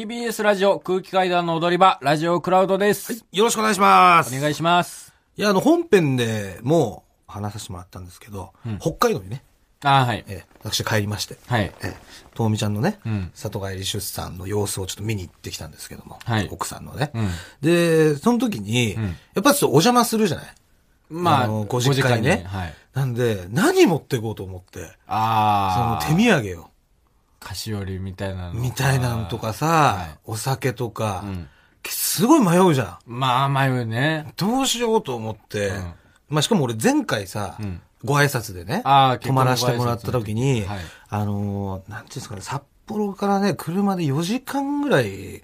TBS ラジオ空気階段の踊り場、ラジオクラウドです。よろしくお願いします。お願いします。いや、あの、本編でもう話させてもらったんですけど、北海道にね、あーはい。えー私帰りまして、はい。えー、とみちゃんのね、ん里帰り出産の様子をちょっと見に行ってきたんですけども、はい奥さんのね、うんで、その時に、やっぱりちょっとお邪魔するじゃないまあ、のごご時実間家ににねね。はい。なんで、何持っていこうと思って、そのああ。手土産を、菓子折りみたいなの。みたいなんとかさ、はいお酒とか、んすごい迷うじゃん。まあ、迷うね。どうしようと思って、んまあしかも俺前回さ、んご挨拶でね、あー泊まらせてもらった時に、結婚のご挨拶の時はいあのーなんていうんですかね、札幌からね、車で4時間ぐらい、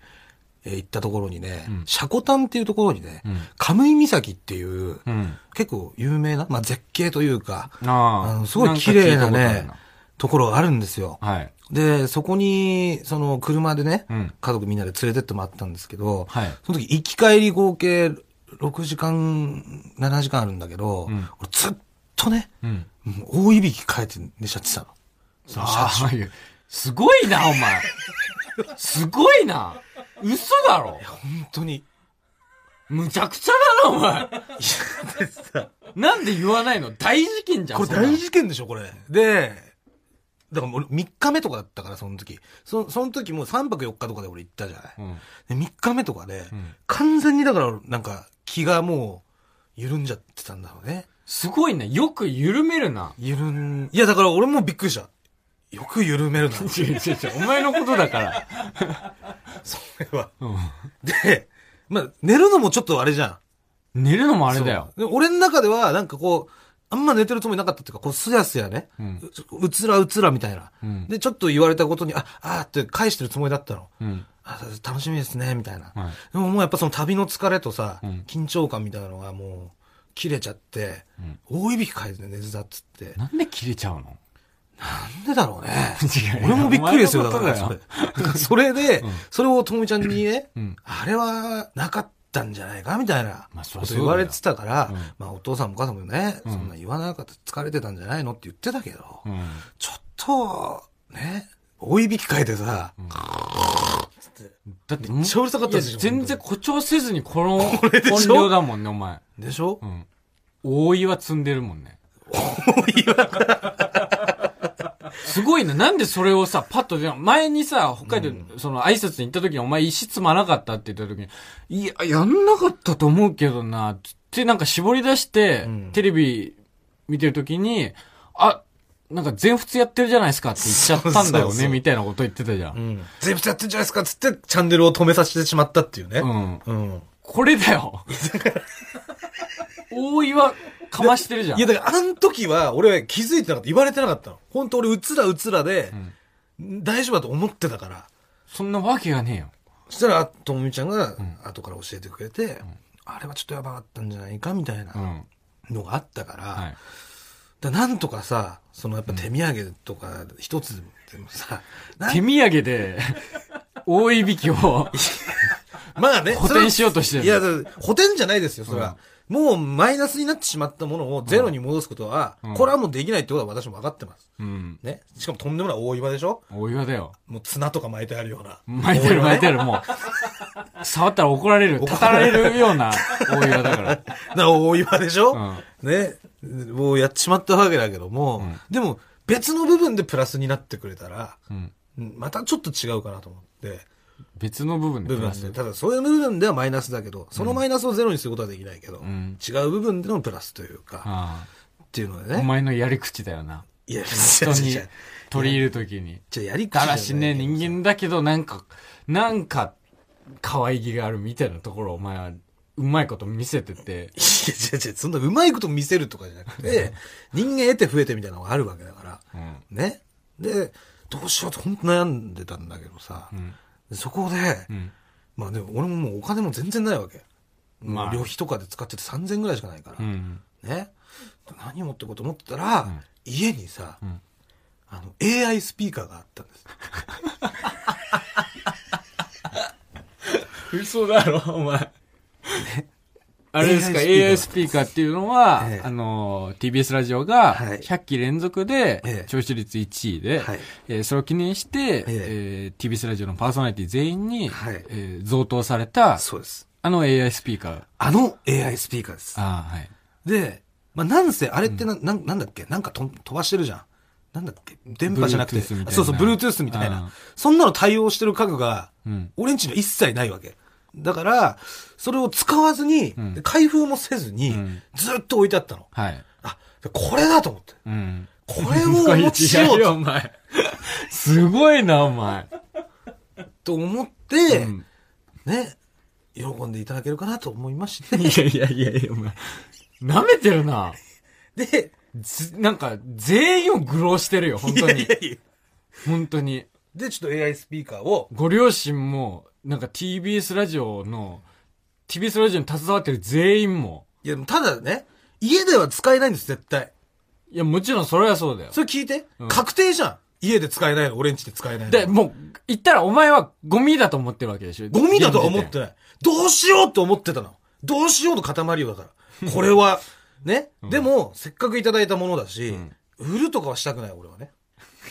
えー行ったところにね、シャコタンっていうところにね、カムイ岬っていう、うん。結構有名な、まあ絶景というか、あーあのすごい綺麗んなねか聞いたことあところがあるんですよ。るなはい。で、そこに、その車でね、うん家族みんなで連れてってもらったんですけど、はいその時行き帰り合計6時間、7時間あるんだけど、ん俺ずっとね、うん。もう大いびきかえて寝ちゃってたの。その車あ中。あいう。すごいな、お前。すごいな。嘘だろ。本当に。むちゃくちゃだな、お前。なんで言わないの大事件じゃん。これそんな大事件でしょ、これ。で、だから俺3日目とかだったから、その時。そその時もう3泊4日とかで俺行ったじゃない。うん。で3日目とかで、ん完全にだから、なんか気がもう緩んじゃってたんだろうね。すごいな。よく緩める な。緩ん、いやだから俺もびっくりした。よく緩めるな、違う違 う違う。お前のことだから。それは。うんで、まあ、寝るのもちょっとあれじゃん。寝るのもあれだよ。そう。で俺の中では、なんかこう、あんま寝てるつもりなかったっていうか、こう、すやすやね、ううんつらうつらみたいな、うんで、ちょっと言われたことに、あ、あーって返してるつもりだったの。うん。あ楽しみですね、みたいな、はいでももうやっぱその旅の疲れとさ、うん緊張感みたいなのがもう、切れちゃって、大いびきかいて寝てたっつって。ななんで切れちゃうのんでだろうね。違俺もびっくりですよ、だからそそれれ。だからそれで、それをともみちゃんにね、んあれはなかったんじゃないかみたいなまあそりこゃそとうだよ言われてたから、うんまあお父さんもお母さんもね、うんそんな言わなかった、疲れてたんじゃないのって言ってたけど、うん。ちょっと、ね、追い引き変えてさ、だって、めっちゃうるさかったでしょいや全然誇張せずにこのでしょ音量だもんね、お前。でしょ、うん。大岩積んでるもんね。大岩すごいな。なんでそれをさ、パッと出な、前にさ、北海道、その挨拶に行った時に、お前石積まなかったって言った時に、いや、やんなかったと思うけどな、つってなんか絞り出して、うんテレビ見てる時に、あ、なんか全仏やってるじゃないですかって言っちゃったんだよね、そうそうそうみたいなこと言ってたじゃん。うん全部やってんじゃないですかっつって、チャンネルを止めさせてしまったっていうね。うん。うんこれだ よ。大岩、かましてるじゃん。いや、だから、あの時は、俺は気づいてなかった。言われてなかったの。本当俺、うつらうつらで、大丈夫だと思ってたから。そんなわけがねえよ。。そしたら、ともみちゃんが、後から教えてくれて、あれはちょっとやばかったんじゃないか、みたいうなんのがあったから、はい。だからなんとかさ、そのやっぱ手土産とか、一つでもさ、なん手土産 で、大いびきを、まあね、補填それはしようとしてるいや、だから補填じゃないですよ、それは。もうマイナスになってしまったものをゼロに戻すことは、うんこれはもうできないってことは私も分かってます。うん。ね。しかもとんでもない大岩でしょ大岩だよ。もう綱とか巻いてあるような。巻いてる大岩ね巻いてる、もう。触ったら怒られる、 怒たたられるような大岩だ から。な大岩でしょ、うね。もうやっちまったわけだけども、んでも別の部分でプラスになってくれたら、うん。またちょっと違うかなと思って、別の部分で部プ分ラスで。。ただそういう部分ではマイナスだけど、そのマイナスをゼロにすることはできないけど、ん違う部分でのプラスというか、あっていうのであ。おね。前のやり口だよな。いや、人に違う違う違う取り入るときに。じゃあやり口だじゃならいしねえ人間だけど、なんか、なんか、可愛げがあるみたいなところをお前は、うまいこと見せてて。いや、違う違う、そんなうまいこと見せるとかじゃなくて、人間得て増えてみたいなのがあるわけだから。うん。ね。で、どうしようって本当悩んでたんだけどさ、んそこで、うん。まあでも俺ももうお金も全然ないわけ。まあまあ、旅費とかで使ってて3000ぐらいしかないから。うん。ね。何持ってこうと思ってたら、ん家にさ、んあの、AI スピーカーがあったんです。 嘘だろ、お前。あれですか、AI スピーカーっていうのは、ええあの、TBS ラジオが、はい100期連続えでえ、聴取率1位で、はいえーそれを記念して、ええー TBS ラジオのパーソナリティ全員に、はいえー贈答された、そうです。あの AI スピーカー。あの AI スピーカーです。ああ、はい。で、まあ、なんせ、あれってな、ん、なんなんだっけなんかと飛ばしてるじゃん。なんだっけ電波じゃなくて。 Bluetooth みたいなそうそう、Bluetooth みたいああな。そんなの対応してる家具が、うん。俺んちには一切ないわけ。だから、それを使わずに、ん開封もせずに、うんずっと置いてあったの。はい。あ、これだと思って。うん。これをお持ちしよ いやいうやとお前。すごいな、お前。と思って、うんね、喜んでいただけるかなと思いまして。いやいやいやいや、お前。舐めてるな。で、ずなんか、全員を愚弄してるよ、本当にい。やいや本当に。で、ちょっと AI スピーカーを、ご両親も、なんか TBS ラジオの、TBS ラジオに携わってる全員も、いや、でもただね、家では使えないんです、絶対。いや、もちろんそれはそうだよ。それ聞いて、うん確定じゃん。家で使えないの、俺んちで使えないの。で、もう、言ったらお前はゴミだと思ってるわけでしょゴミだとは思ってる。ない。どうしようと思ってたの。どうしようの塊よだから。これは、ね。でも、せっかくいただいたものだし、ん売るとかはしたくない、俺はね。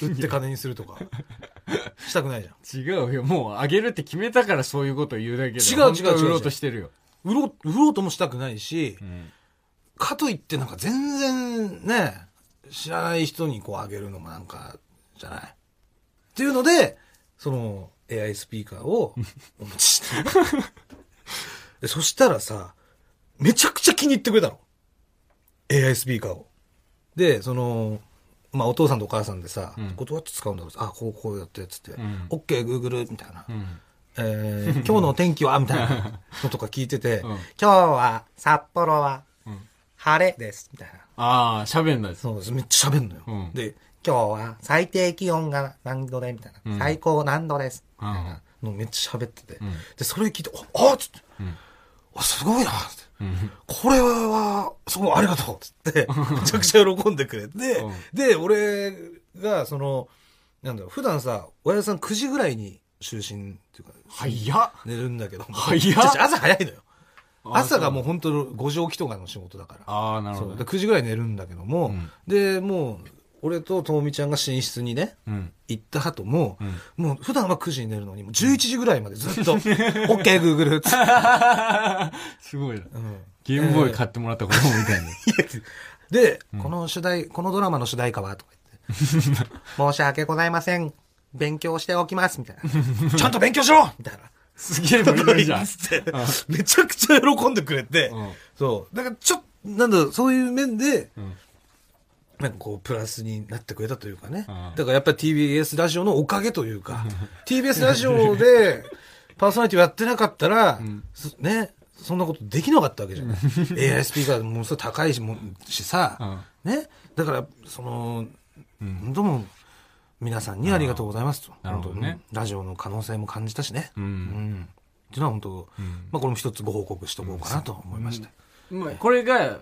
売って金にするとか。したくないじゃん。違うよ。もう、あげるって決めたからそういうこと言うだけで。違う違う違う本当は売ろうとしてるよ。売ろう、売ろうともしたくないし、うん。かといってなんか全然ね、知らない人にこうあげるのもなんか、じゃない。っていうので、その AI スピーカーをお持 ちして。でそしたらさ、めちゃくちゃ気に入ってくれたの。AI スピーカーを。で、その、まあお父さんとお母さんでさ、うんこれどうやって使うんだろうあ、こう、こうやって、つって。ん OK、Google、みたいな。うん。えー今日のお天気はみたいなのとか聞いてんて、今日は札幌はん晴れです、みたいな。ああ、喋んないです。そうです。めっちゃ喋んのよ。うんで、今日は最低気温が何度で、みたいな。うん最高何度です、みたいなのめっちゃ喋ってて。で、それ聞いて、ああつって、んあすごいなつって。うん。これは、すごいありがとうつ って、めちゃくちゃ喜んでくれて、うんで、俺が、その、なんだろう、普段さ、親父さん9時ぐらいに就寝っていうか、早っ。寝るんだけども。早っちょちょ朝早いのよ。あ朝がもう本当5時起きとかの仕事だから。ああ、なるそほうどで。9時ぐらい寝るんだけども、うんで、もう、俺とともみちゃんが寝室にね、うん。行った後も、うんもう普段は9時に寝るのに、もう11時ぐらいまでず っと、OK、Google っつって。 すごいな。うんゲームボーイ買ってもらったことみたいに。で、この主題、このドラマの主題歌はとか 言って。申し訳ございません。勉強しておきます。みたい な。ちゃんと勉強しろみたいな。すげえ無理無理じゃん。ってめちゃくちゃ喜んでくれて、うんそう。だからちょっと、なんだろう、そういう面で、んなんかこう、プラスになってくれたというかね。うんだからやっぱり TBS ラジオのおかげという か、TBS ラジオでパーソナリティをやってなかったら、そね、そんなことできなかったわ けじゃない。AI スピーカーでものすごい高いしもしさ、ね。だから、その、本当もう皆さんにありがとうございますと。なるほどね本当ラジオの可能性も感じたしね。う。うんん。っていうのは本当、まあこれも一つご報告しておこうかなと思いました。まあ、これが、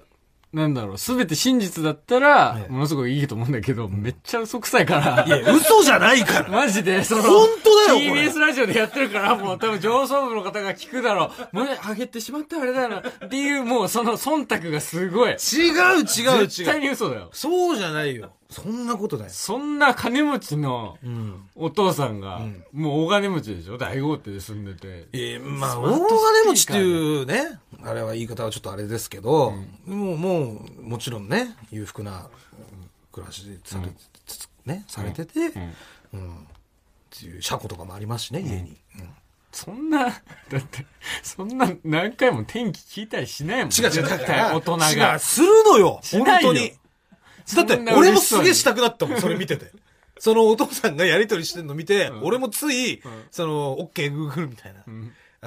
なんだろう、すべて真実だったらえ、えものすごくいいと思うんだけど、めっちゃ嘘くさいから。いや、嘘じゃないからマジで、その、本当だよこれ TBS ラジオでやってるから、もう多分上層部の方が聞くだろう。もう、あげてしまったあれだよな。っていう、もうその忖度がすごい。違う違う絶対違う。に嘘だよ。そうじゃないよ。そんなことない。そんな金持ちのうん。お父さんがん、もう大金持ちでしょ大豪邸で住んでて。えーまあ、スマ大ートスピーカーで金持ちっていうね、あれは言い方はちょっとあれですけど、もう、もう、もちろんね、裕福な暮らしでされて、つね、されてて、うんん。っていう車庫とかもありますしね、家に。うんそんな、だって、そんな何回も天気聞いたりしないもん。違う違う、だ絶か対ら、大人違がう。するのよし本ないよ当に。だってそんな、嬉しそうに俺もすげえしたくなったもん、それ見て て。そのお父さんがやりとりしてんの見て、俺もつい、その、OK、Google みたいな。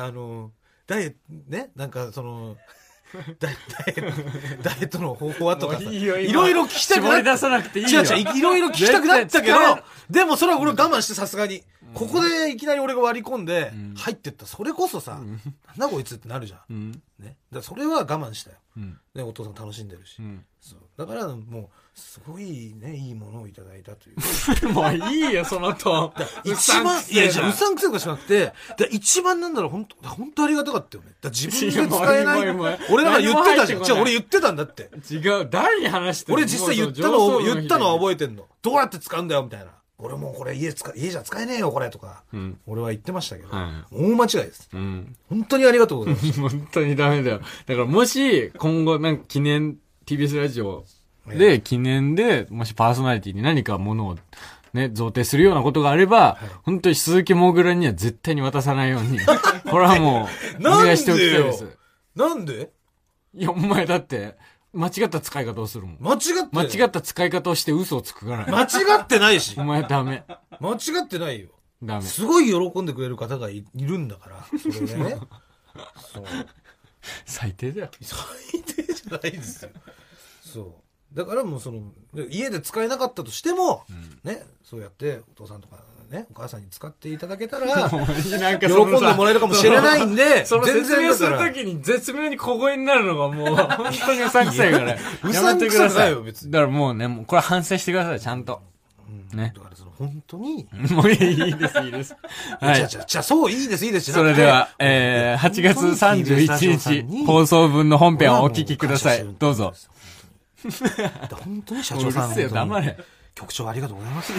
あの、ダイエット、ね、なんかその、 ダイダイエット、ダイエットの方法はとかさ、もういいよ今いろいろ聞きたくな絞っり出さなくていい違よう違う、いいろいろ聞きたくなったけ絶ど対疲れる、でもそれは俺我慢してさすがに。ここでいきなり俺が割り込んで、入ってった。それこそさ、なんだこいつってなるじゃん。ね。だからそれは我慢したよ。うん。ね、お父さん楽しんでるし、うん。そうだからもうすごいねいいものをいただいたというもういいよ、そのトーン。一番いやじゃあううささんくせえとかしなくてだ一番なんだろう本当本当ありがたかったよねだ自分でいや使えないもうもうもう俺なんか言ってたじ何も入ってゃんこないじゃあ俺言ってたんだってんくせえ違う、誰に話してんの俺実際言ったのをもうそ言ったのは上層部覚えてんのどうやって使うんだよみたいな俺もうこれ家使家じゃ使えねえよこれとか、ん俺は言ってましたけど、は大間違いです人うん。本当にありがとうございます本当にダメだよ。だからもし、今後、なんか記念、TBS ラジオで、記念で、もしパーソナリティに何かものを、ね、贈呈するようなことがあれば、本当に鈴木もぐらには絶対に渡さないよう に、これはもう、おなんでよ願いしておきたいです。なんでいや、お前だって、間違った使い方をするもん。間違って間違った使い方をして嘘をつくから。間違ってないしお前ダメ。間違ってないよダメ。すごい喜んでくれる方がいいるんだから、それでね。そう。最低だよ。最低じゃないですよ。そう。だからもうその、家で使えなかったとしても、ね、そうやってお父さんとかね、お母さんに使っていただ けたら、なん。喜んでもらえるかもしれないいん で、その全説然明だすかるらときに絶妙に小声になるのが もう、本当にうさんくさいから。うやさめんてくくさだくなさい。いよ、別に。だからもうね、もうこれ反省してください、ちゃんと。うんねだからその本当に、 もういい、いいです、いいです。はじゃあいじ。ゃあじゃあそういいです、いいです。それでは、えー、8月31日、放送分の本編をお聞きください。どうぞ。。本当に社 う長るさん。せえよ、本当に黙れ。局長ありがとうございます。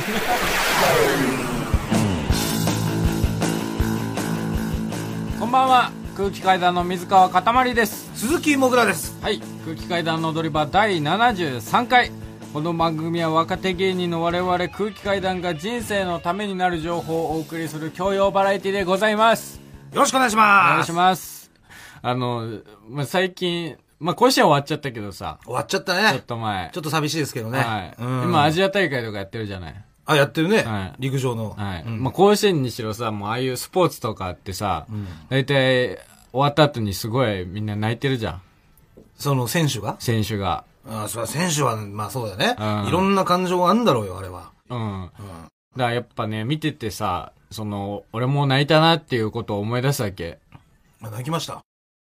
こんばんは、空気階段の水川かたまりです。鈴木もぐらです。はい空気階段の踊り場第73回この番組は若手芸人の我々空気階段が人生のためになる情報をお送りする教養バラエティでございますよろしくお願いしお願まいすし。ますあの、まあ、最近、まあ、甲子園終わっちゃったけどさ終わっちゃったちょっね。と前ちょっと寂しいですけどね。はい、うん今アジア大会とかやってるじゃないあ、やってるね。はい陸上の。はい。うんまあ、甲子園にしろさ、もうああいうスポーツとかってさ、大体終わった後にすごいみんな泣いてるじゃん。その選手が選手が。あ、それは選手は、まあそうだねう。んいろんな感情があるんだろうよ、あれは。うん。うんだからやっぱね、見ててさ、その、俺もう泣いたなっていうことを思い出すわけ。あ泣きました。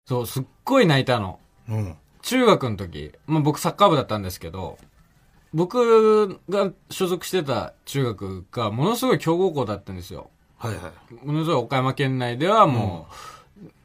そう、すっごい泣いたの。うん。中学の時、まあ、僕サッカー部だったんですけど、僕が所属してた中学がものすごい強豪校だったんですよ。はいはい。ものすごい岡山県内ではも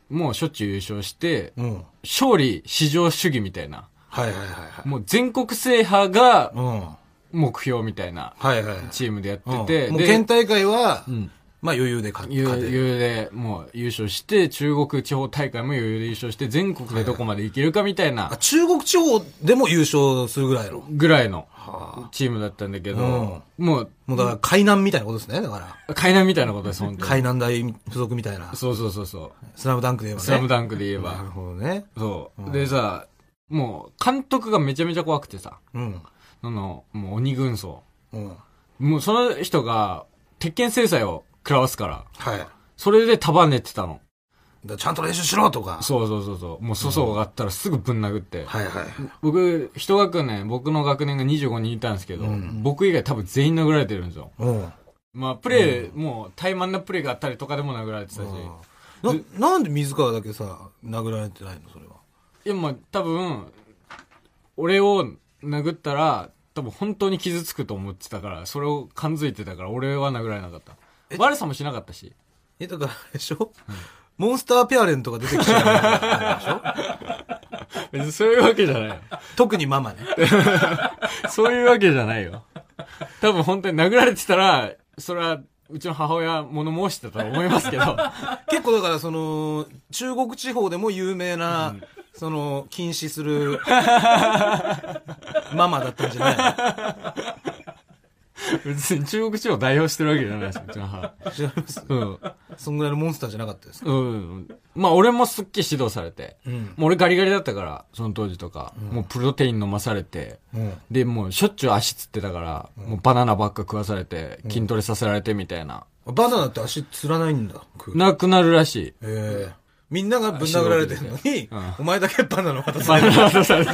う、もうしょっちゅう優勝して、うん。はい勝利至上主義みたいな。はいはいはい。もう全国制覇がうん。は目標みたいないはいはい。チームでやってうんて、もうで県大会は、うんまあ余裕で勝ゆ勝て余る。裕でもう優勝して、中国地方大会も余裕で優勝して、全国でどこまでいけるかみたいあな中国地方でも優勝するぐらいの。ぐらいのはあ。チームだったんだけど、もう、もうだから海南みたいなことですね、だから。海南みたいなことです、本当海に。南大付属みたいな。そうそうそうそう。スラムダンクで言えばね。スラムダンクで言えなるば。ほどね。そう。でさ、もう、監督がめちゃめちゃ怖くてさ、うん。その、もう鬼軍曹。うん。もうその人が、鉄拳制裁を食らわすから、はい。だかそれで束ねてたの。らちゃんと練習しろとか。そうそうそうそう。もう粗相があったらすぐぶん殴って。はいはい。僕、一学年、僕の学年が25人いたんですけど、うん僕以外多分全員殴られてるんですよ。うん。うんまあ、プレー、もう、怠慢なプレーがあったりとかでも殴られてたし、な、なんで水川だけさ、殴られてないのそれは。いや、まあ、多分、俺を殴ったら、多分本当に傷つくと思ってたから、それを感づいてたから、俺は殴られなかった。悪さもしなかったし。え、だからあれでしょ、モンスターペアレントが出てきち ゃうで別しにそういうわけじゃないよ。ょ特にママね。 そういうわけじゃないよ。多分本当に殴られてたら、それは、うちの母親物申してたと思います けど。結構だからその、中国地方でも有名な、その、禁止する、ママだったんじゃ な別に中国地方を代表してるわけじゃないし、うちの母。い違います。うん。そんぐらいのモンスターじゃなかったですかうん。まあ、俺もすっげえ指導されて。うん。もう俺ガリガリだったから、その当時とか。もうプロテイン飲まされて。うん。で、もうしょっちゅう足つってたから、もうバナナばっか食わされて、筋トレさせられてみたいな。バナナって足つらないんだ。食うなくなるらしええみんながぶん殴られてるのに、うんお前だけバナナ渡い。さバれナる。ナ渡され て。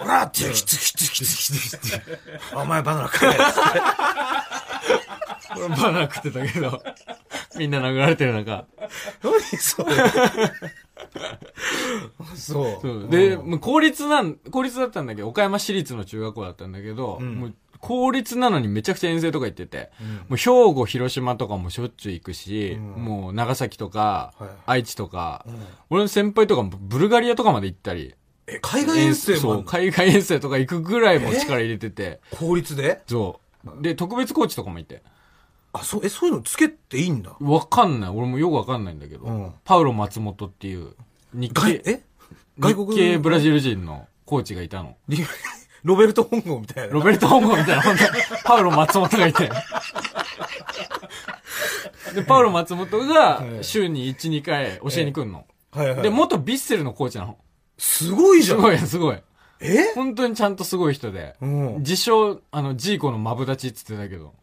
おらってきつきつきつきつきつ。お前バナナ食え。俺バ ナナ食ってたけど、みんな殴られてる中。何それ。 そう。そうで、うんもう公立なん、公立だったんだけど、岡山市立の中学校だったんだけど、うんもう公立なのにめちゃくちゃ遠征とか行ってて、うんもう兵庫、広島とかもしょっちゅう行くし、うんもう長崎とか、はい愛知とか、うん俺の先輩とかもブルガリアとかまで行ったり、え、海外遠征そもあんう、の海外遠征とか行くぐらいも力入れてて、公立でそう。で、特別コーチとかもいて。あ、そう、え、そういうのつけていいんだ。わかんない。俺もよくわかんないんだけど、うんパウロ松本っていう日外系、、え外日国系ブラジジル人のコーチがいたの。ル。 ロベルト本郷みたいな。ロベルト・ホンゴみたいな、本当にパウロ・松本がいて。で、パウロ・松本がはい週に1、2回教えに来んの。はいはい。で、、元ビッセルのコーチなの。すごいじすゃん。ごい、すごい。え本当にちゃんとすごい人で。うん。 自称、あの、ジーコのマブダチって言ってたけど。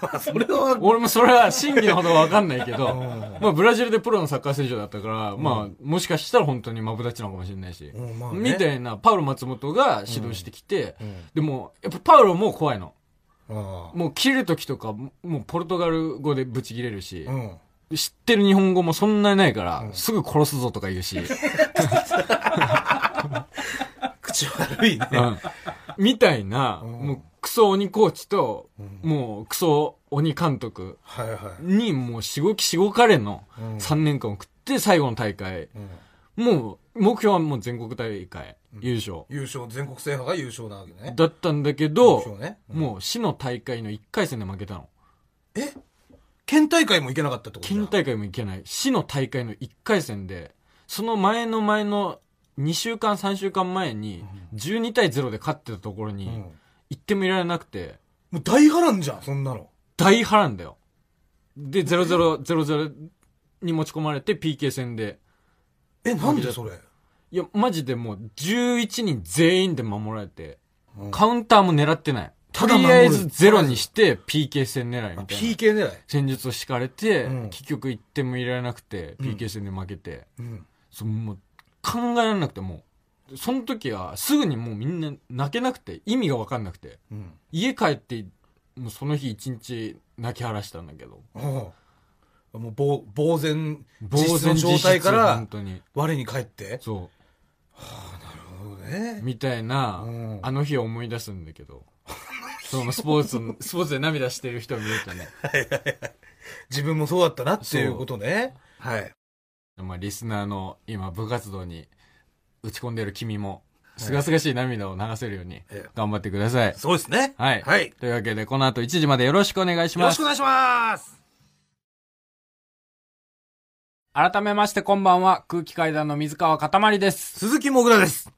まあ、それは、俺もそれは真偽のほどわかんないけど、んまあブラジルでプロのサッカー選手だったから、まあもしかしたら本当にマブダチなのかもしれないし、うんまあねみたいなパウロ松本が指導してきて、うんでも、やっぱパウロも怖いの。あもう切る時とか、もうポルトガル語でブチ切れるしあ。う、ん。知ってる日本語もそんなにないから、すぐ殺すぞとか言うし、口悪いね。うんみたいな、うんもうクソ鬼コーチと、うんもうクソ鬼監督はいはい。にもうしごきしごかれのうん3年間送って最後の大会、うんもう、目標はもう全国大会優勝優勝、全国制覇が優勝なわけね。だったんだけ優ど勝、ね。もう市の大会の1回戦で負けたの。え県大会も行けなかったってこと県大会も行けない。市の大会の1回戦で、その前の前の2週間、3週間前に、12対0で勝ってたところうんに、行ってもいられなくて、もう大波乱じゃん、そんなの。大波乱だよ。で、0-0、0-0に持ち込まれて PK 戦で、え、なんでそれいや、マジでもう11人全員で守られて、うんカウンターも狙ってない。とただ守りるあえずゼロにして PK 戦狙いみたいな ?PK 狙い。戦術を敷かれて、うん結局1点も入れられなくて、うん PK 戦で負けて、うん。そうもう考えられなくてもう、その時はすぐにもうみんな泣けなくて、意味がわかんなくて、うん。家帰って、もうその日一日泣き晴らしたんだけど、もう、ぼう呆然、呆然実質の状態か本ら、当に。我に返って。そそうう。ね。みたいな、うんあの日を思い出すんだけど、そのスポーツの、スポーツで涙してる人を見るとね、自分もそうだったなっていうことね。はい。まあ、リスナーの今部活動に打ち込んでる君も、すがすがしい涙を流せるようにええ頑張ってください。そうですね。はい。はい。というわけで、この後1時までよろしくお願いしよろましくすお。願いします。改めましてこんばんは、空気階段の水川かたまりです。鈴木もぐらです。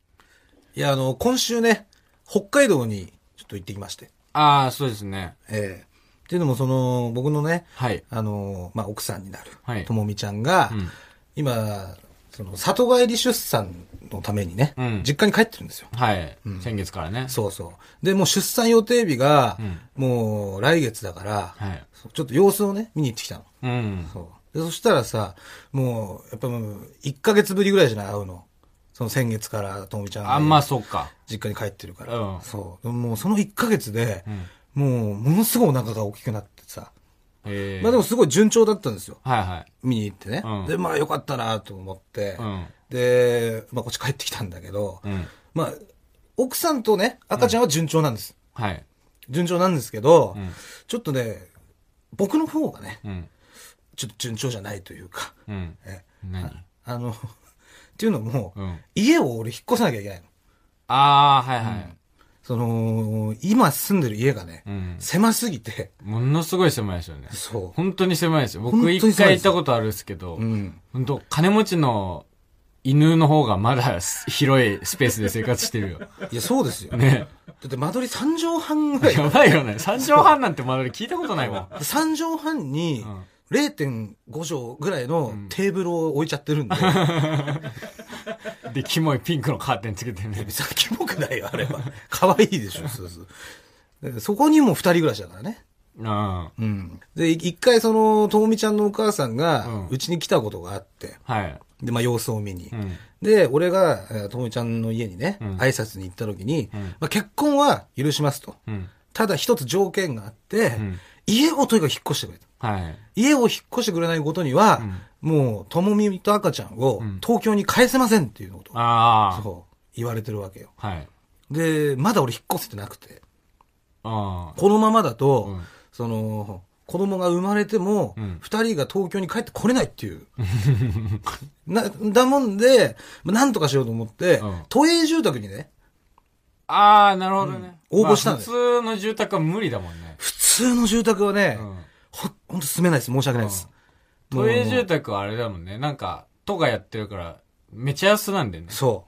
いや、あの、今週ね、北海道にちょっと行ってきまして。ああ、そうですね。ええっていうのも、その、僕のね、はい。あの、まあ、奥さんになはいる、ともみちゃんが、うん今、その、里帰り出産のためにね、うん実家に帰ってるんですよ。はい。先月からね。そうそう。で、もう出産予定日が、うんもう来月だから、はい。そうちょっと様子をね、見に行ってきたの。うん。そう。で、そしたらさ、もう、やっぱもう、1ヶ月ぶりぐらいじゃない、会うの。その先月から、ともみちゃんがあんまあ、そっか。実家に帰ってるから。うんそう。もうその1ヶ月で、うん。もう、ものすごいお腹が大きくなってさ。ええ。まあでも、すごい順調だったんですよ。はいは見に行ってね。うんで、まあよかったなと思って、い。うん。で、まあこっち帰ってきたんだけど、うん。まあ、奥さんとね、赤ちゃんは順調なんです。はい。順調なんですけど、うんちょっとね、僕の方がね、うん。ちょっと順調じゃないというか、うん。え何あの、っていうのも、うん。家を俺引っ越さなきゃいけないの。ああ、はいはい。その、今住んでる家がね、うん。狭すぎて、ものすごい狭いですよね。そ本当に狭いですよ。本僕当に狭一いですよ回行ったことあるんですけど、う。うん。本当金持ちの犬の方がまだ広いスペースで生活して るよ。いや、そうですよ。ねだって間取り3畳半ぐらい。やばいよね。3畳半なんてまだ聞いたことないもん。 3畳半にうん0.5畳ぐらいのテーブルを置いちゃっ てるんで、で、キモいピンクのカーテンつけてね。別にキモくないよ、あれは。可愛い でしょ、そうそう。そこにも2人暮らしだからね。うん。うん。で、一回その、ともみちゃんのお母さんうんが、うちに来たことがあって、はい。で、まあ様子を見に。うん。で、俺が、えーともみちゃんの家にね、うん挨拶に行った時に、うんまあ、結婚は許しますと。うん。ただ一つ条件があって、うん家をとにかく引っ越してくれと。はい。家を引っ越してくれないことには、うんもう、ともみと赤ちゃんをうん東京に返せませんっていうことを、ああ。そう、言われてるわけよ。はい。で、まだ俺引っ越せてなくて。あこのままだと、うんその、子供が生まれてもうん、二、人が東京に帰ってこれないっていう。 な、だもんで、まあなんとかしようと思って、うん都営住宅にね、あ。ああ、なるほどね。うん応募したまんあだ普よ通の住宅は無理だもんね。普通の住宅はね、うんほ、ほんと住めないです。申し訳ないです。もう都営住宅はあれだもんね。なんか、都がやってるから、めちゃ安なんでね。そ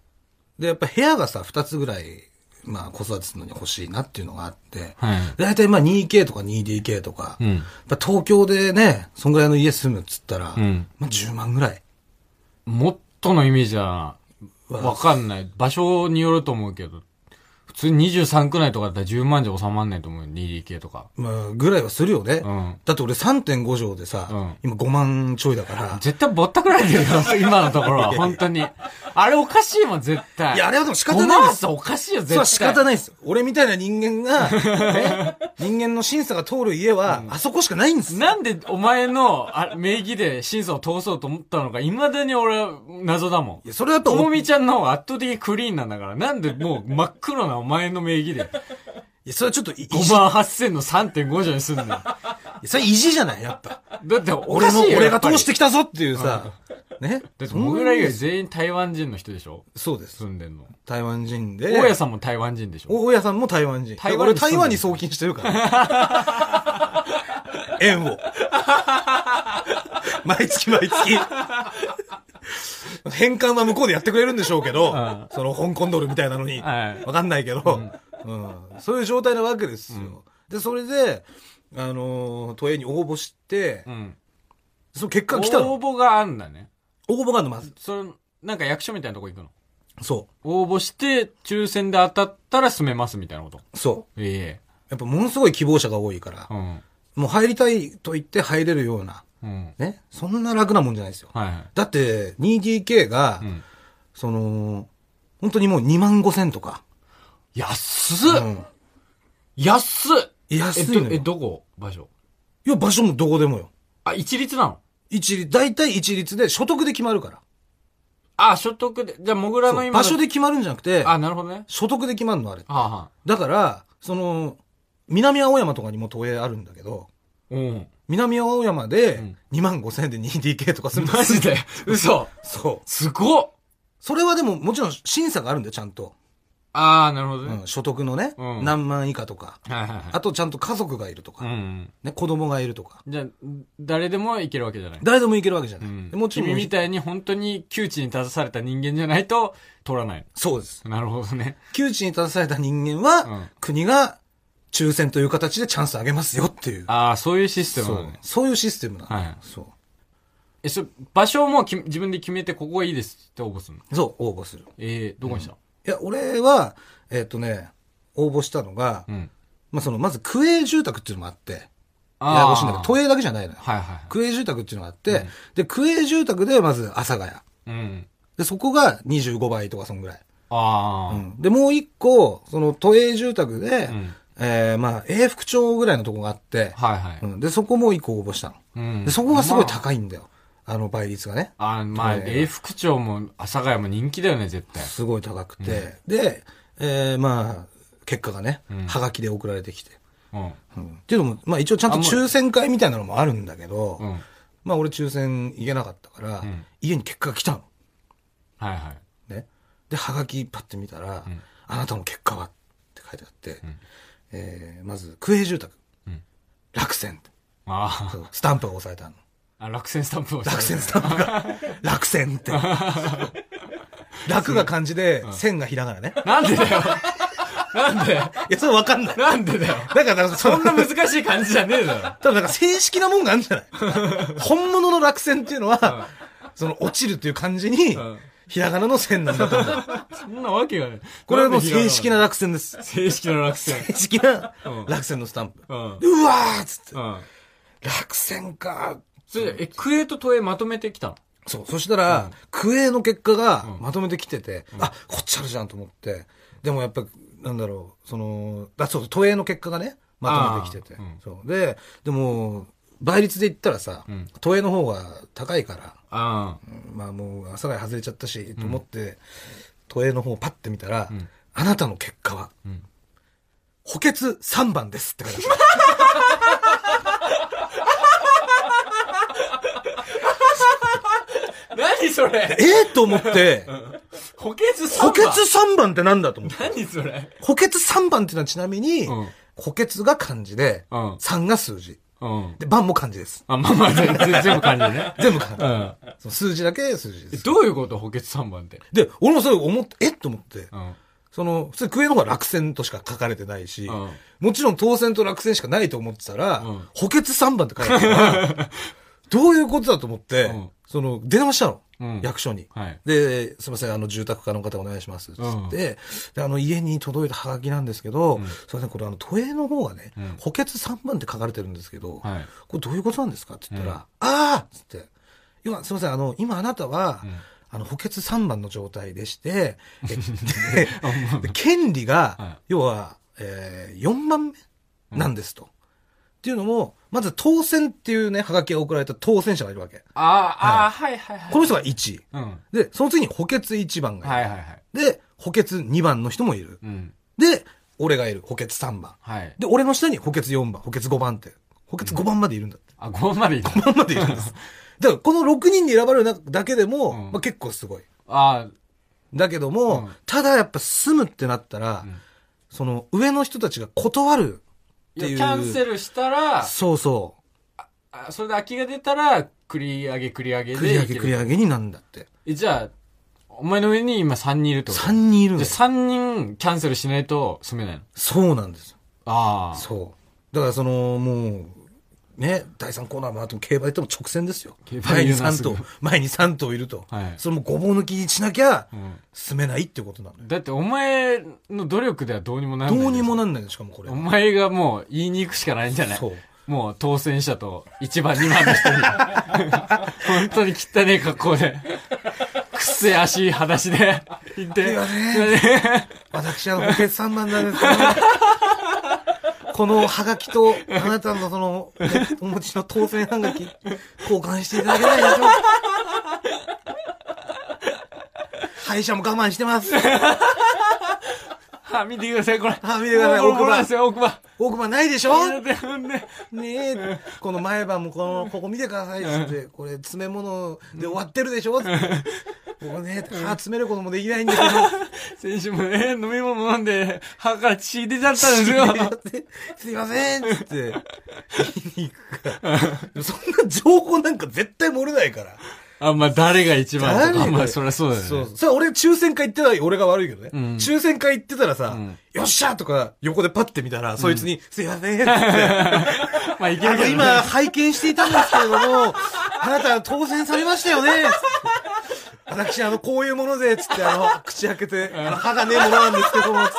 う。で、やっぱ部屋がさ、二つぐらい、まあ子育てするのに欲しいなっていうのがあって、はい。だいたいまあ 2K とか 2DK とか、うやっん。ぱ東京でね、そんぐらいの家住むっつったら、うん。まあ10万ぐらい。もっとのイメージだな。わわかんない。場所によると思うけど、普通に23区内とかだったら10万じゃ収まんないと思うよ。2DK とか。まあ、ぐらいはするよね。うん。だって俺3.5畳でさ、うん今5万ちょいだから。絶対ぼったくられてるよ、 今のところは。本当に。あれおかしいもん、絶対。いや、あれはでも仕方ごないまでわす。すおかしいよ、絶それ対。は仕方ないです。俺みたいな人 間が、ね、人間の審査が通る家は、あそこしかないんです。なんでお前のあ名義で審査を通そうと思ったのか、未だに俺は謎だもいん。や、それはやっぱ、ともいみちゃんの方が圧倒的にクリーンなんだから、なんでもう真っ黒なお前の名義でや、それはちょっとい、意5地、万8000の3.5条にすんのよ。だそれ意地じゃない、やっぱ。っておか俺しいの、よ。俺やがっぱり通してきたぞっていうさ、ね。だって、そんなモグラ以外全員台湾人の人でしょそうです。住んでんの。台湾人で。大家さんも台湾人でしょ大家さんも台湾人。台台湾湾に俺住んでる台湾に送金してるから。 円を。毎月毎月。返還は向こうでやってくれるんでしょうけど、んその香港ドルみたいなのに。はいわかんないけど、うんそういう状態なわけですよ。で、それで、あのー都営に応募して、うん。その結果応来たの。募があんだね。応募があるの、まず。それ、なんか役所みたいなとこ行くの。そ応募して、抽選で当たったら住めますみたいなこと。う。そえう。やっぱものすごい希望者が多いからえ。、うん。もう入りたいと言って入れるような、うん。ね、そんな楽なもんじゃないですよ。はいはい。だって 2DK が、うん。その、本当にもう2万5千とか。安っ、うん安っ安いのえよど、え、どこ場所いや、場所もどこでもよ。あ、一律なの一律、大体一律で所得で決まるから。あ、所得で。じゃあ、モグラのそう今の。場所で決まるんじゃなくて、あ、なるほどね。所得で決まるのあれ。はあ、はあ、だから、その、南青山とかにも都営あるんだけど、うん。南青山うでん2万5千で 2DK とかするんマジで嘘 そう。すごっそれはでももちろん審査があるんだよ、ちゃんと。ああ、なるほどうね。ん、所得のね、うん何万以下とか。はいはいはいあ。とちゃんと家族がいるとか、うん。ね、子供がいるとか。じゃあ、誰でもいけるわけじゃない。誰でもいけるわけじゃうない。んで。もちろん、君みたいに本当に窮地に立たされた人間じゃないと、取らない。そうです。なるほどね。窮地に立たされた人間うんは、国が抽選という形でチャンスあげますよっていう。ああ、そういうシステムそなうのね。。そういうシステムなの。はいそえ、それ、場所もき自分で決めて、ここがいいですって応募するのう。そう、応募する。ええどこにしたのいや、俺は、えっ、とね、応募したのが、うん。まあ、その、まず区営住宅っていうのもあって、あややこしいんだけど、都営だけじゃないのよ。はいはいはい。区営住宅っていうのがあって、で、区営住宅で、まず、阿佐ヶ谷。うん。で、そこが25倍とか、そんぐらい。ああ、うん。で、もう一個、その、都営住宅で、んえーまあ、永福町ぐらいのとこがあって、はいはい。うん、で、そこも一個応募したの。うんでそこがすごい高いんだよ。あの倍率がね。まあ、あまあ、えー永福町も、阿佐ヶ谷も人気だよね、絶対。すごい高くて。で、えーまあ、結果がね、うんはがきで送られてきて。うん。うんっていうのも、まあ一応ちゃんと抽選会みたいなのもあるんだけど、うん。はいまあ俺抽選行けなかったから、ん家に結果が来たの。はい。ね。で、はがきパッて見たら、んあなたの結果はって書いてあって、えーまず、区営住宅、うん落選。あそうスタンプが押されたの。あ、あ落選スタンプを落選スタンプ が、落選って。楽が漢字で、線がひらがなね。なんでだよ。なんでいや、それわかんない。なんでだよ。だから、そそんんななむ、難しい感じじゃねえだ多分なんか正式なもんがあるんじゃない本物の落選っていうのは、その落ちるっていう漢字にん、ひらがなの線なんだと思う。ろ。そんなわけがない。これはもう正式な。落選です。正式な落選。正式なん落選のスタンプ。うん。でうわーっつって、うん。落選かそれで、え、クエとトエまとめてきたのそう、そしたら、クエの結果がうんまとめてきてて、あ、こっちあるじゃんと思って、でもやっぱ、なんだろう、その、だそう、都営の結果がね、まとめてきてて、あーうんそう。で、でも、倍率で言ったらさ、うん都営の方が高いから、あまあもう、阿佐ヶ谷外れちゃったし、と思って、都営の方をパッて見たら、うんあなたの結果は、うん補欠3番ですって書いてあるあ。何それええと思って、補欠3補番欠3番ってなんだと思って。何それ補欠3番っていうのはちなみに、うん補欠が漢字で、うん3が数字。うん。で、番も漢字です。あ、まあまあ、全全全部感じる ね。全部 漢字。うん。その数字だけ数字でえす。どういうこと補欠3番って。で、俺もそれ思って、えっと思って、うん。その、普通クエの方が落選としか書かれてないし、うんもちろん当選と落選しかないと思ってたら、うん補欠3番って書いてある から、どういうことだと思って、うんその、出直したの、うん役所に。はい。で、すみません、あの、住宅課の方お願いします。つって、うんで、あの、家に届いたハガキなんですけど、すみません、これ、あの、都営の方がね、うん補欠3番って書かれてるんですけど、はい。これどういうことなんですかって言ったら、うんああっつって、要は、すみません、あの、今あなたは、うんあの、補欠3番の状態 でして、えでで権利が、はい要は、えー4番目なんですと。っていうのも、まず当選っていうね、ハガキが送られた当選者がいるわけ。あーあー、はいはいはい。この人が1位。うん。で、その次に補欠1番がいる。はいはいはい。で、補欠2番の人もいる。うん。で、俺がいる。補欠3番。はい。で、俺の下に補欠4番、補欠5番って。補欠5番までいるんだって。 あ、5までいいの5番までいるんです。だから、この6人に選ばれるなだけでも、うんまあ、結構すごい。あだけども、うんただやっぱ住むってなったら、あ、うんその上の人たちが断るっいやていう。キャンセルしたら、そうそあそれで空きが出たら、繰り上げ繰り上げで。う。繰り上げ繰りげ。上げになんだって。えじゃあ、お前の上に今3人いるってこと3人いるので、よ。 3人キャンセルしないと住めないの。そうなんですよ。ああ。そう。だからその、もう、ね、第3コーナー回っても競馬行っても直線ですよ。競馬前に言うな3頭すぐ、前に3頭いると。はいそれもごぼう抜きにしなきゃ、うん住めないってことなのよ。だってお前の努力ではどうにもならない。どうにもなんないの、しかもこれお。前がもう言いに行くしかないんじゃないそうもう当選者と1番2番の 人に。本当に汚ねえ格好で。くっせえ足裸足で行って。いやね私、あの、補 欠3番なんですけど、このハガキと、あなたのその、ねお持ちの当選ハガキ、交換していただけないでしょう か歯医者も我慢してます。はあ、見てください、これ。あ見てくださいこれ奥こ歯れですよ、奥歯。奥歯ないでしょねねえ、この前歯もこの、ここ見てくださいっつって、これ詰め物で終わってるでしょっつって。ここね、歯詰めることもできないんですけど、先週もね、飲み物飲んで、歯から血出ちゃったんで すよ。すいませんっつって、言いに行くから。でもそんな情報なんか絶対漏れないから。あ、まあ誰が一番と誰か、がまあそりゃそうだよね。そうそう。それ俺抽選会行ってたら俺が悪いけどね。ん抽選会行ってたらさ、んよっしゃーとか横でパッて見たら、そいつに、すいませんっつって。まあいけあるけの、ど、ね。今、拝見していたんですけれども、 あなた当選されましたよね。私、あの、こういうもので、つって、あの、口開けて、あの、歯がねえものなんですけども、つ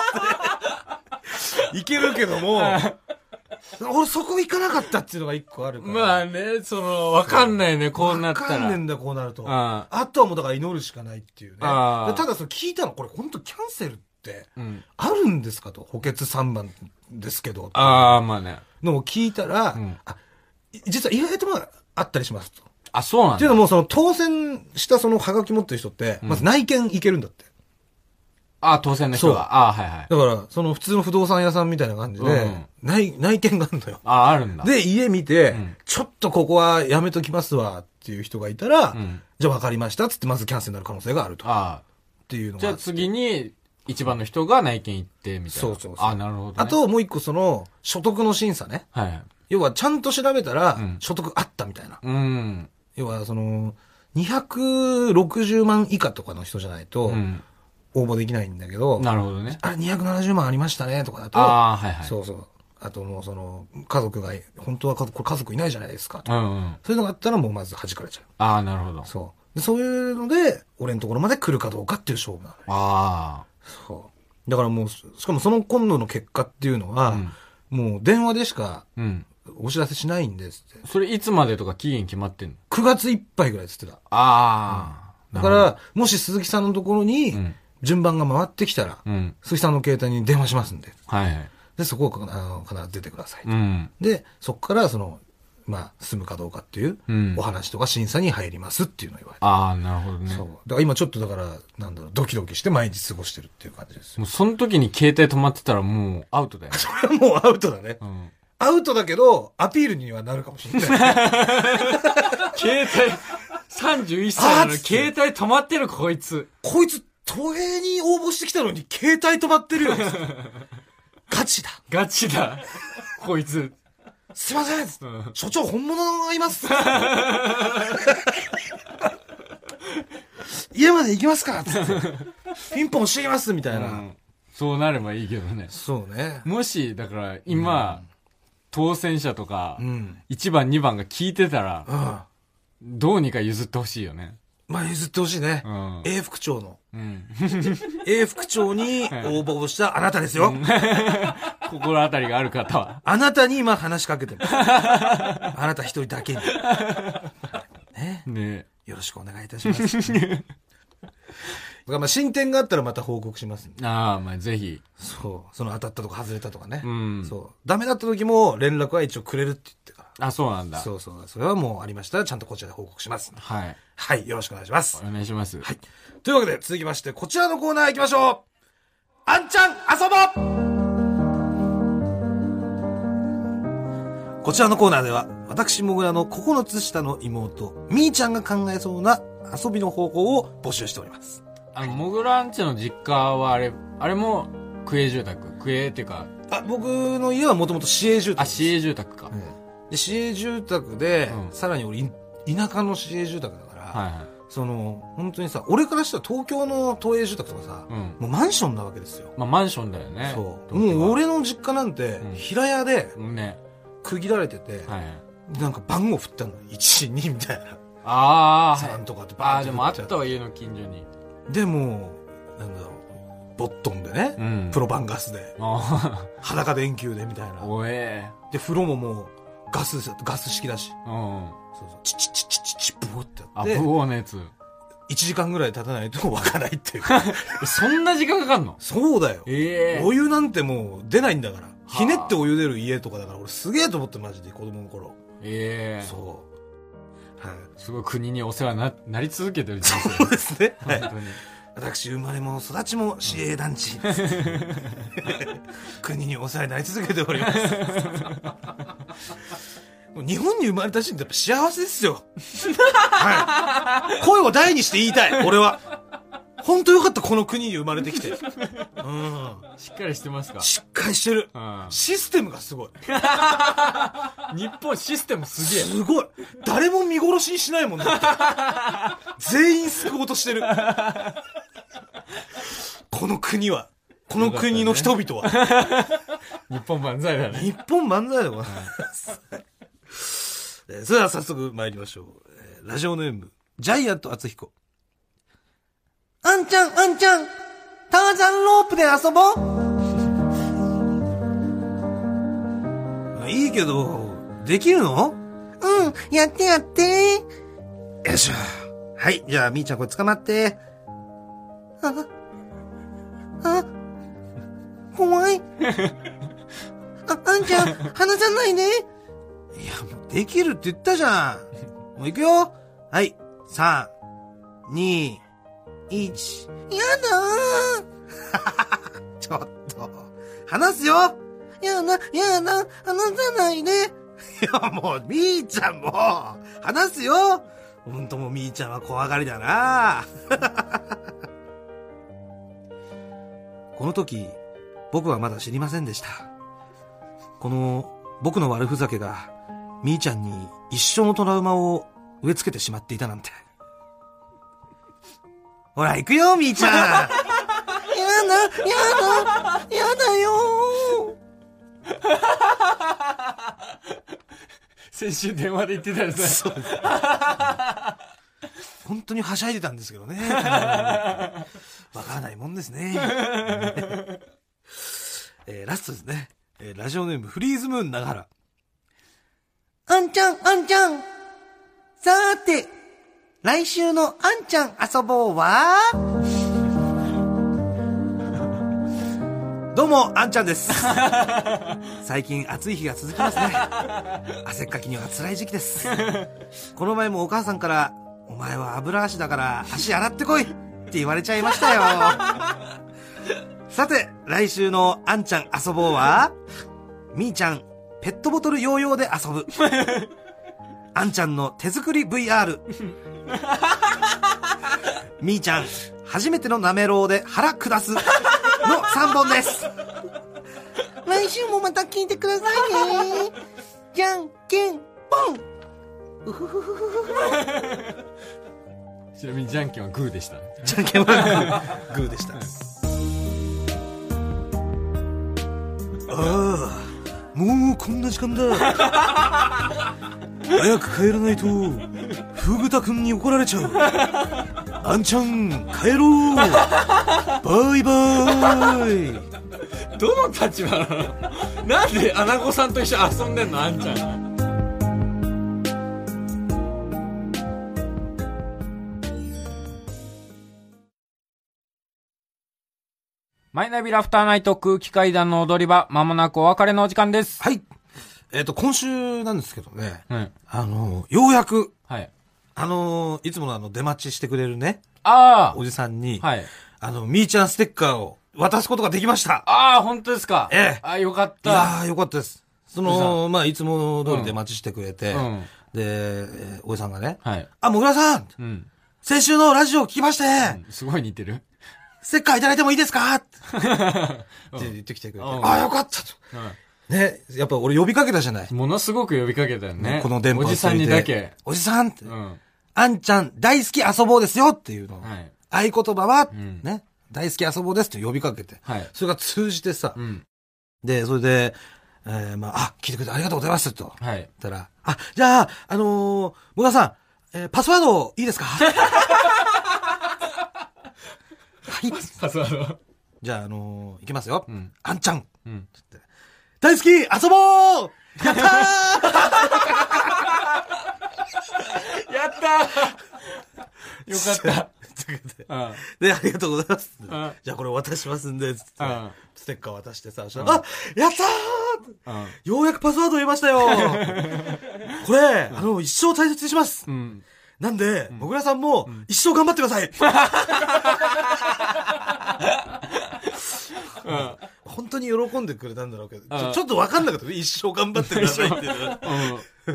って。いけるけども、俺そこ行かなかったっていうのが一個あるから。まあね、その、わかんないね、こうなったわかんねえら。んだよ、こうなると。ああとはもうだから祈るしかないっていうね。ああただ、それ聞いたの、これ本当キャンセルって、うん。あるんですかと、補欠3番ですけど。ああ、まあね。のを聞いたら、んあい実は意外とまああったりしますと。あ、そうなんっていうだ。のも、その当選したそのハガキ持ってる人って、まず内見行けるんだって。あ当選の人そうが。あはいはい。だから、その普通の不動産屋さんみたいな感じで、うん内内見があるのよ。ああるんだ。、で、家見て、んちょっとここはやめときますわっていう人がいたら、んじゃあ分かりましたっつってまずキャンセルになる可能性があると。っあていうのじがゃあ次に、一番の人が内見行って、みたいな。そうそうそうあなるほど、ね。あ、ともう一個その、所得の審査ね。はい。要はちゃんと調べたらうん、所得あったみたいな。うん。要はその、260万以下とかの人じゃないと、うん。応募できないんだけど、なるほどね。あれ270万ありましたねとかだと、ああ、はいはい。そうそう。あともうその、家族が、本当は家族、これ家族いないじゃないですかと。うんうん。そういうのがあったらもうまず弾かれちゃああ、なるほどう。。そう。でそういうので、俺のところまで来るかどうかっていう勝負なのよ。あそう。だからもう、しかもその今度の結果っていうのは、うんもう電話でしあ。かうん。お知らせしないんですって。それいつまでとか期限決まってんの9月いっぱいぐらいっつってた。ああ。だかなるら、もし鈴木さんのところにん順番が回ってきたら、ほど、うん。鈴木さんの携帯に電話しますんで。はいはい。で、そこをあの必ず出てください。うん。で、そこからその、まあ、進むかどうかっていううんお話とか審査に入りますっていうのを言われて。ああ、なるほどね。そう。もだから今ちょっとだから、なんだろう、ドキドキして毎日過ごしてるっていう感じですよ。 うその時に携帯止まってたらもうアウトだよね。これはもうアウトだねう。ん。アウトだけど、アピールにはなるかもしれない。 携帯、31歳なのに携帯止まってるこいつ。こいつ、都営に応募してきたのに、携帯止まってるよ。 ガチだ。ガチだ。こいつ。すいませんうん所長、本物がいます。 家まで行きますかつって。ピンポンしてきますみたいな。そうなればいいけどね。そうね。もし、だから今、当選者とかう、ん。 1番2番が聞いてたらうん。、まどうにか譲ってほしいよね。あ、譲ってほしいねう。ん。 A 副長の。うん。 A 副長に応募をしたあなたですよ。心当たりがある方は。あなたに今話しかけてる。あなた一人だけに。ね。ねよろしくお願いいたします。 まあ進展があったらまた報告しますんで。ああ、まあぜひ。そう。その当たったとか外れたとかね。うん。そう。ダメだった時も連絡は一応くれるって言ってかあ、そうなんら。だ。そうそう。それはもうありましたら、ちゃんとこちらで報告します。はい。はい。よろしくお願いしますお。願いします。はい。というわけで、続きまして、こちらのコーナー行きましょう。あんちゃん遊ぼうこちらのコーナーでは、私、もぐらの9つ下の妹、みーちゃんが考えそうな遊びの方法を募集しております。あの、モグランチの実家はあれ、あれも、区営住宅。区営っていうか、あ、僕の家はもともと市営住宅あ、です。市営住宅か。で市営住宅で、うんさらに俺い田舎の市営住宅だから、はいはい。その本当にさ俺からしたら東京の都営住宅とかさ、うんもうマンションなわけですよ、まあマンションだよね。そう東京はもう。俺の実家なんてうん平屋でね。区切られてて、はいはい。なんか番号振ったの12みたいなああ、はい3とかってあバーあ、ンでもあっ振ちゃうたわ、家の近所に。でもなんだろうボットンでね、うんプロバンガスであ裸電球でみたいあ、なおえで風呂ももうガスガス式だしえ。うん。そうそうチッチッチッチッチッチッブオってやあ、っブてオーのやつ。 1時間ぐらい経たないと湧かないっていう。えそんな時間かかんのそうだよ。ええお湯なんてもう出ないんだから。ひねってお湯出る家とかだから俺すげえと思ってマジで子供の頃。ええそう。はい。すごい国にお世話な、なり続けてる人生。そうですね。はい本。当に。私生まれも育ちも市営団地。国にお世話になり続けております。 もう日本に生まれた人ってやっぱ幸せですよ。はい。声を大にして言いたい、俺は。本当よかった、この国に生まれてきて。うん。しっかりしてますかしっかりしてる。うん。システムがすごい。日本システムすげえ。すごい。誰も見殺しにしな いもんだって。全員救おうとしてる。この国は、この国の人々は、日本万歳だね。日本漫才でございます。 えーそれでは早速参りましょう。えーラジオネーム、ジャイアント厚彦。あんちゃん、あんちゃん、ターザンロープで遊ぼういいけど、できるのうん、やってやって。よいしょ。はい、じゃあ、みーちゃんこれ捕まって。あ、あ、怖い。あ、あんちゃん、離さないね。いや、もうできるって言ったじゃん。もう行くよ。はい、3、2、1。やだー ちょっと、離すよやだ、やだ、離さ ないで。いや、もう、みーちゃんも、離すよほんともうみーちゃんは怖がりだな この時、僕はまだ知りませんでした。この僕の悪ふざけが、みーちゃんに一生のトラウマを植え付けてしまっていたなんて。 ほら、行くよ、みーちゃん やだ、やだ、やだよ先週電話で言ってたやつだ。本当にはしゃいでたんですけどね。わからないもんですね。えーラストですね。えーラジオネーム、フリーズムーン長原。あんちゃん、あんちゃん。さーて、来週のあんちゃん遊ぼうは どうも、あんちゃんです。最近暑い日が続きますね。汗っかきには辛い時期です。この前もお母さんから、お前は油足だから足洗ってこいって言われちゃいましたよ。さて、来週のあんちゃん遊ぼうは、みーちゃん、ペットボトルヨーヨーで遊ぶ。あんちゃんの手作り VR。みーちゃん、初めてのなめろうで腹下す。の3本です。来週もまた聞いてくださいね。じゃんけんぽんちなみにジャンケンはグーでした。じゃんけ んぽんグーでした。ああ、もうこんな時間 だ。早く帰らないと、フグタ君に怒られちゃう。あんちゃん、帰ろう。バイバイ。どの立場なのなんでアナゴさんと一緒に遊んでんのあんちゃん。マイナビラフターナイト空気階段の踊り場、まもなくお別れのお時間です。はい。えっ、と、今週なんですけどね、はい。あの、ようやく、はい。あの、いつものあの、出待ちしてくれるね、あおじさんに、あ。はい。あの、みーちゃんステッカーを渡すことができました。ああ、本当ですか。ええああ、よかっいた。やー、よかったです。そおじの、さまあ、いつも通りで待ちしてくれて、うんで、えーおじさんがね、はい。あ、もぐらさんうん。先週のラジオ聞きまして、すごい似てる。ステッカーいただいてもいいです かって言ってきてくれて、うんあ、よかったと。ね、やっぱ俺呼びかけたじゃない。ものすごく呼びかけたよね。この電波をおじさん通じにてだけ。おじさんって。うん。あんちゃん大好き遊ぼうですよっていうのを、はい。合言葉は、んね、大好き遊ぼうですって呼びかけて、はいそれが通じてさ、うん。で、それで、えー、まあ、あ、聞いてくれてありがとうございますと、言っはい。たら、あ、じゃあ、あのー、もがさん、えーパスワードいいで すかはい。パスワード。じゃあ、あのー、いきますよ。んあんちゃん、うん。大好き遊ぼうやったーや ったーよかっということでた。うん。で、ありがとうございます。んじゃあこれ渡しますんで、つってうん、ステッカー渡してさ、そしたらあやったーうんようやくパスワード言えま したよこれ、あの、一生大切にします うん。なんで、もぐらさんも、一生頑張ってく ださい本当に喜んでくれたんだろうけど、ちうょんちょっとわかんなかったね。一生頑張ってくださいっていう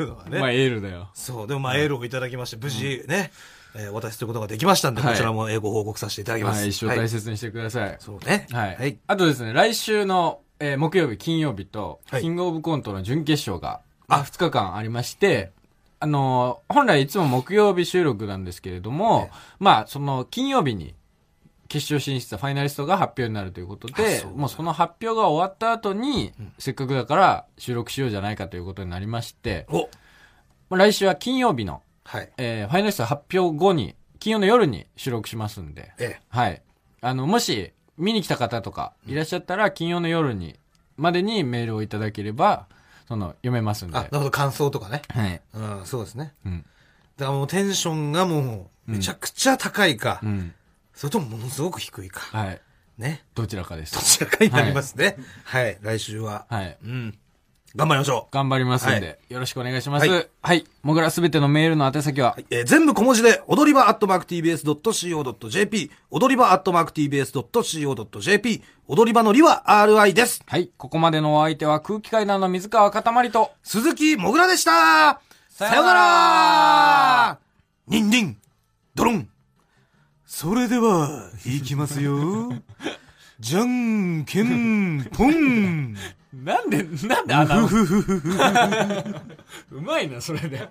のはうん。まあ、ね。エールだよ。そう、でもまあエールをいただきまして、無事ね、えーお渡しすることができましたんで、はこいちらもえーご報告させていただきまはす。い。一生はい大切にしてください。そうね。はい。はい。あとですね、来週の、えー木曜日、金曜日と、はいキングオブコントの準決勝が、あ、2日間ありまして、あのー本来いつも木曜日収録なんですけれども、まあ、その、金曜日に、決勝進出、ファイナリストが発表になるということあで、そうもうその発表が終わった後に、せっかくだから収録しようじゃないかということになりまして、おまあ来週は金曜日の、はい。えーファイナリスト発表後に、金曜の夜に収録しますんで、えはい。あの、もし、見に来た方とか、いらっしゃったら、金曜の夜に、までにメールをいただければ、その、読めますんえ。で。あ、なるほど、感想とかね。はい。うん、そうですね。うん。だからもうテンションがもう、めちゃくちゃ高いか、うん。それともものすごく低いか、はい。ね。どちらかでどす。ちらかになりますね。はい、来週は。はい。うん。頑張りましょう。頑張りますんで、はよろしくお願いします。ははい。もぐらすべてのメールの宛先は、えー全部小文字で、踊り場アットマーク TBS.CO.JP、踊り場アットマーク TBS.CO.JP、踊り場のりは RI です。はい。ここまでのお相手は、空気階段の水川かたまりと、鈴木もぐらでしたささよようななららニンニンドロンそれでは、いきますよ。じゃんけんぽん なんで、なんであの、うまいな、それで。